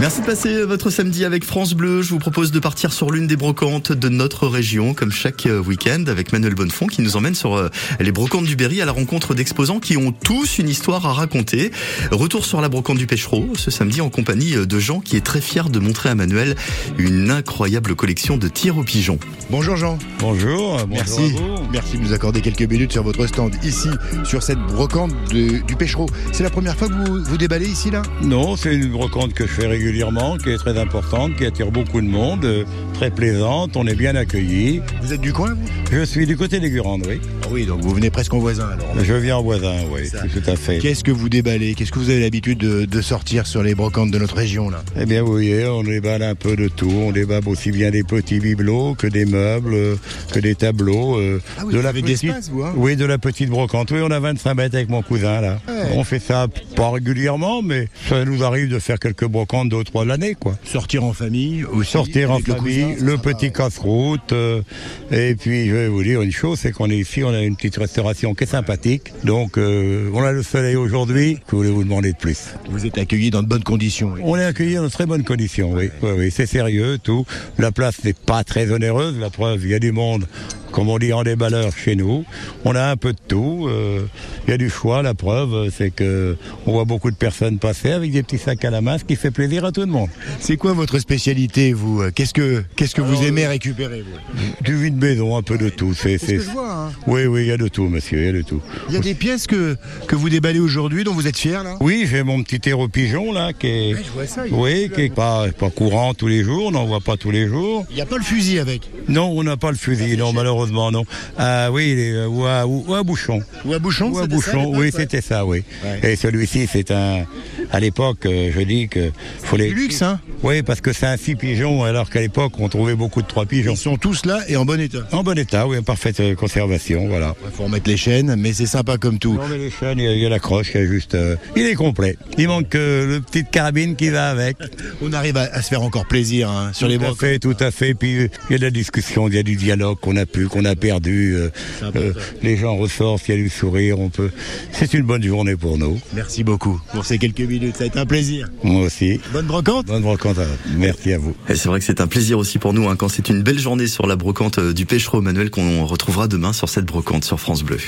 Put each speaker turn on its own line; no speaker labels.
Merci de passer euh, votre samedi avec France Bleu. Je vous propose de partir sur l'une des brocantes de notre région, comme chaque euh, week-end, avec Manuel Bonnefond qui nous emmène sur euh, les brocantes du Berry à la rencontre d'exposants qui ont tous une histoire à raconter. Retour sur la brocante du Pêchereau ce samedi en compagnie euh, de Jean qui est très fier de montrer à Manuel une incroyable collection de tirs aux pigeons.
Bonjour Jean.
Bonjour, euh, bonjour
Merci.
à vous.
Merci de nous accorder quelques minutes sur votre stand ici, sur cette brocante de- du Pêchereau. C'est la première fois que vous, vous déballez ici là
Non, c'est une brocante que je fais régulièrement, qui est très importante, qui attire beaucoup de monde, euh, très plaisante, on est bien accueillis.
Vous êtes du coin vous
Je suis du côté des Gurandes, oui.
Ah Oui, donc vous venez presque en voisin alors.
Je viens en voisin, oui,
Ça.
tout à fait.
Euh, Qu'est-ce que vous déballez Qu'est-ce que vous avez l'habitude de, de sortir sur les brocantes de notre région là
Eh bien, vous voyez, on déballe un peu de tout. On déballe aussi bien des petits bibelots que des meubles, euh, que des tableaux. euh,
Ah oui,
de
vous
la
avez de
petite-
l'espace, vous, hein
Oui, de la petite brocante. Oui, on a 25 mètres avec mon cousin, là.
Ouais.
On fait ça pas régulièrement, mais ça nous arrive de faire quelques brocantes deux ou trois l'année, quoi.
Sortir en famille aussi,
sortir en
avec le
famille,
cousin,
le
ça va,
petit
ouais.
casse-route. euh, et puis, je vais vous dire une chose, c'est qu'on est ici, on a une petite restauration qui est sympathique. Donc, euh, on a le soleil aujourd'hui. Que voulez-vous demander de plus
Vous êtes accueilli dans de bonnes conditions. oui.
On est accueilli dans de très bonnes conditions, oui. Oui, oui, c'est sérieux, tout. La place n'est pas très onéreuse. La preuve, il y a du monde, comme on dit, en déballeur chez nous. On a un peu de tout. euh, il y a du choix. La preuve, c'est que on voit beaucoup de personnes passer avec des petits sacs à la main, ce qui fait plaisir à tout le monde.
C'est quoi votre spécialité vous Qu'est-ce que qu'est-ce que vous aimez récupérer vous
Du vide maison, un peu de tout.
C'est
C'est,
ce que
c'est-
je vois. hein.
Oui, oui, il y a de tout, monsieur, il y a de tout.
Il y a des pièces que, que vous déballez aujourd'hui dont vous êtes fier là
Oui, j'ai mon petit terreau pigeon, là, qui est...
Ouais, je vois ça, il est
oui,
fou,
qui est pas, pas courant tous les jours, on n'en voit pas tous les jours.
Il n'y a pas le fusil avec
Non, on n'a pas le fusil, non, malheureusement, non. Ah oui, il est, euh, ou, à, ou- ou à bouchon.
Ou à bouchon
Ou à
c'était ça, à
bouchon,
l'époque,
oui,
ouais.
c'était ça, oui.
Ouais.
Et celui-ci, c'est un... À l'époque, euh, je dis que... Faut les...
Du luxe, hein
Oui, parce que c'est un six pigeons, alors qu'à l'époque, on trouvait beaucoup de trois pigeons.
Ils sont tous là et en bon état.
En bon état, oui, en parfaite euh, conservation, voilà.
Il faut remettre les chaînes, mais c'est sympa comme tout.
Non mais les chaînes, il y a- il y a la croche, il y a juste... euh, il est complet. Il manque que le petite carabine qui va avec.
On arrive à, à se faire encore plaisir hein, sur les
tout à
brocs.
fait, tout à fait. Puis euh, il y a de la discussion, il y a du dialogue qu'on a pu, qu'on a perdu. euh, euh, les gens ressortent, il y a du sourire, on peut... C'est une bonne journée pour nous.
Merci beaucoup pour ces quelques minutes, ça a été un plaisir.
Moi aussi.
Bonne brocante
Bonne brocante. à- Merci à vous.
Et c'est vrai que c'est un plaisir aussi pour nous hein, quand c'est une belle journée sur la brocante euh, du Pêchereau Manuel qu'on retrouvera demain sur cette brocante sur France Bleu.